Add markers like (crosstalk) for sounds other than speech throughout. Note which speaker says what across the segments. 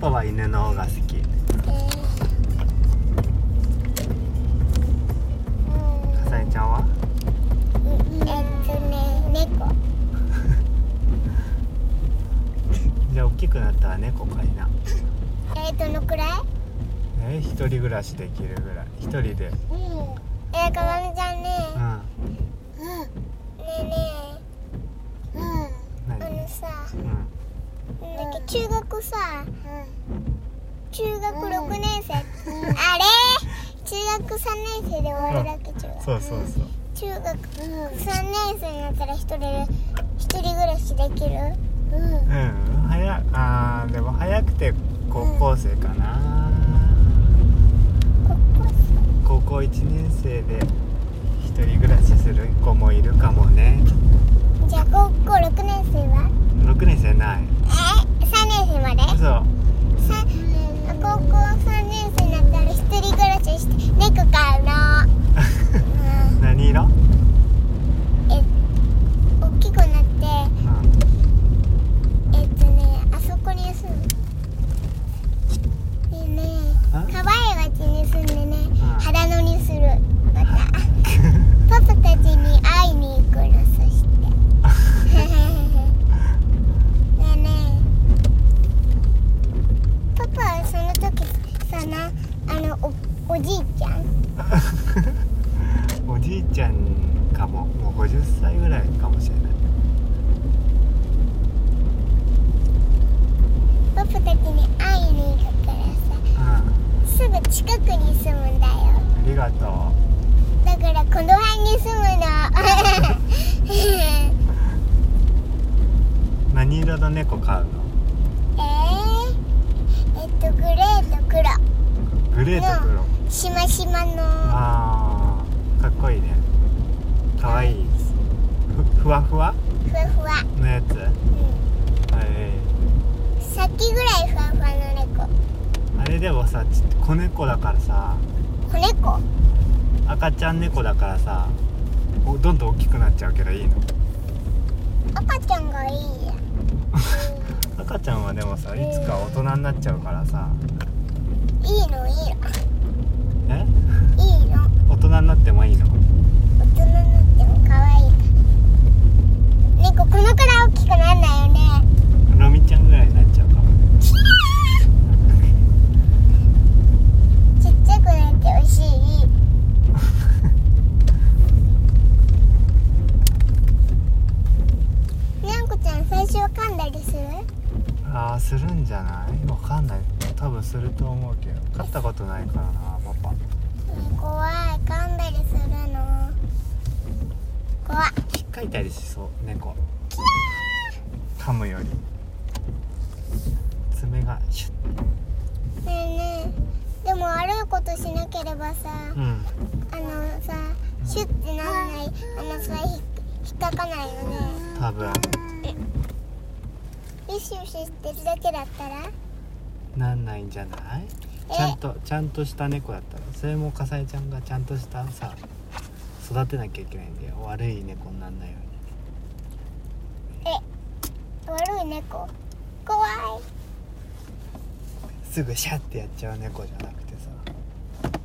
Speaker 1: 歩は犬の方が好きかさえちゃんはじゃあ大きくなったら猫かいな
Speaker 2: えー、どのくらい
Speaker 1: え一人暮らしできるぐらい一人で
Speaker 2: えー、かがみちゃんね、
Speaker 1: うん
Speaker 2: ねえねえ、あ
Speaker 1: 何
Speaker 2: のさ、
Speaker 1: うん
Speaker 2: だっけ中学さ、中学6年生、あれ中学3年生で終わりだっけ中学
Speaker 1: そうそうそう
Speaker 2: 中学3年生になったら一人で一人暮らしできる
Speaker 1: うん早あーでも早くて高校生かな、高校1年生で一人暮らしする子もいるかもね
Speaker 2: じゃあ高校6年生は
Speaker 1: 6年生ない
Speaker 2: え3年生まで
Speaker 1: 嘘
Speaker 2: さ高校3年生になったら一人暮らしして猫飼うの、うん
Speaker 1: (laughs) 何 (laughs) 色、
Speaker 2: 大きくなって
Speaker 1: う
Speaker 2: えっとねあそこに住むでね
Speaker 1: あ
Speaker 2: 可愛い町に住んでね
Speaker 1: あ
Speaker 2: 肌乗りするまたパパたちに会いに行くのそしてねえねえパパはその時さなあのおおじいちゃん
Speaker 1: (laughs) ん、おじいちゃんかももう50歳ぐらいかもしれない
Speaker 2: パパたちに会いに行くからさ
Speaker 1: うんあ
Speaker 2: すぐ近くに住むんだよ
Speaker 1: りがとう
Speaker 2: だからこの辺に住むの
Speaker 1: 何色の猫飼うの
Speaker 2: えー、えっとグレーと黒
Speaker 1: グレーと黒、
Speaker 2: しましまの
Speaker 1: あーかっこいいねかわいいふふわふわ
Speaker 2: ふわふわ、
Speaker 1: のやつ
Speaker 2: う
Speaker 1: はい
Speaker 2: ん、さっきぐらいふわふわの猫
Speaker 1: あれでもさち子猫だからさ
Speaker 2: 子猫
Speaker 1: 赤ちゃん猫だからさおどんどん大きくなっちゃうけどいいの
Speaker 2: 赤ちゃんがいいや、
Speaker 1: 赤ちゃんはでもさいつか大人になっちゃうからさ
Speaker 2: うん、いいのいい
Speaker 1: え
Speaker 2: のいいの
Speaker 1: 大人になってもいいの
Speaker 2: 大人になっても可愛いから猫このくらい大きくなんないよね (laughs)
Speaker 1: ロミちゃんぐらいになっちゃうかも
Speaker 2: ちっちゃくなってほし (laughs) いにゃんこちゃん最初は噛んだりする
Speaker 1: あーするんじゃないわかんない多分すると思うけど飼ったことないからなパ
Speaker 2: 怖い噛んだりするの怖い
Speaker 1: パひっかいたりしそう猫噛むより爪がシュッ
Speaker 2: ねえねえでも悪いことしなければさ
Speaker 1: うん
Speaker 2: あのさシュッてならないあのさひ引っかかないよね
Speaker 1: 多分
Speaker 2: ウィシュウシュしてるだけだったら
Speaker 1: なんないんじゃない
Speaker 2: え
Speaker 1: ちゃんとちゃんとした猫だったらそれもかさえちゃんがちゃんとしたさ育てなきゃいけないんだよ悪い猫にならないよ
Speaker 2: 悪い猫怖いう
Speaker 1: にすぐシャッてやっちゃう猫じゃなくてさ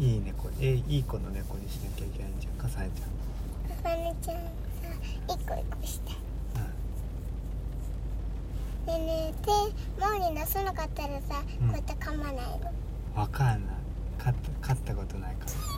Speaker 1: いい猫えいい子の猫にしなきゃいけないんじゃんかさえちゃん
Speaker 2: まめちゃんさ一個一個してねえねえ手もうに出さなかったらさ、
Speaker 1: うん
Speaker 2: こうやって噛まないの
Speaker 1: わかんない飼った飼ったことないから